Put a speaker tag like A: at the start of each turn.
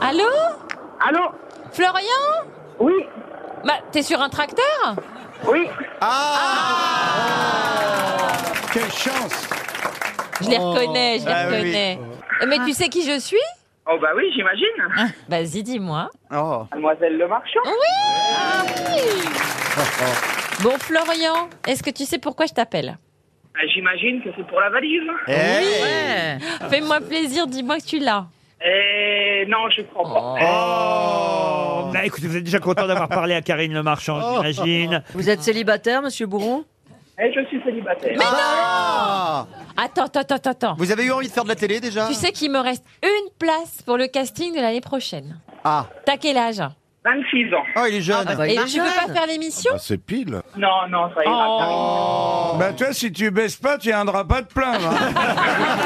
A: Allô
B: Allô
A: Florian
B: Oui
A: Bah, t'es sur un tracteur
B: Oui
C: Ah Quelle chance
A: Je les reconnais, je les
C: Ah oui, oui.
A: reconnais. Mais tu sais qui je suis
B: Oh bah oui, j'imagine.
A: Vas-y, dis-moi.
C: Oh.
B: Mademoiselle Le Marchand.
A: Bon, Florian, est-ce que tu sais pourquoi je t'appelle
B: Bah, J'imagine que c'est pour la valise.
C: Eh. Hey.
A: Fais-moi plaisir, dis-moi que tu l'as.
B: Eh non, je crois pas.
C: Oh.
D: Bah, écoutez, vous êtes déjà content d'avoir parlé à Karine Le Marchand, j'imagine.
E: Vous êtes célibataire, monsieur Bourron
B: Eh, je suis célibataire.
C: Ah.
A: Attends, attends, attends, attends.
C: Vous avez eu envie de faire de la télé déjà
A: Tu sais qu'il me reste une place pour le casting de l'année prochaine.
C: Ah.
A: T'as quel âge
B: 26 ans.
C: Oh, il est jeune.
E: bah,
A: Et
E: il est
A: tu veux pas
E: jeune.
A: faire l'émission
F: Ah, c'est pile.
B: Non, non, ça ira.
G: Bah toi, si tu baisses pas, tu viendras pas te plaindre. hein.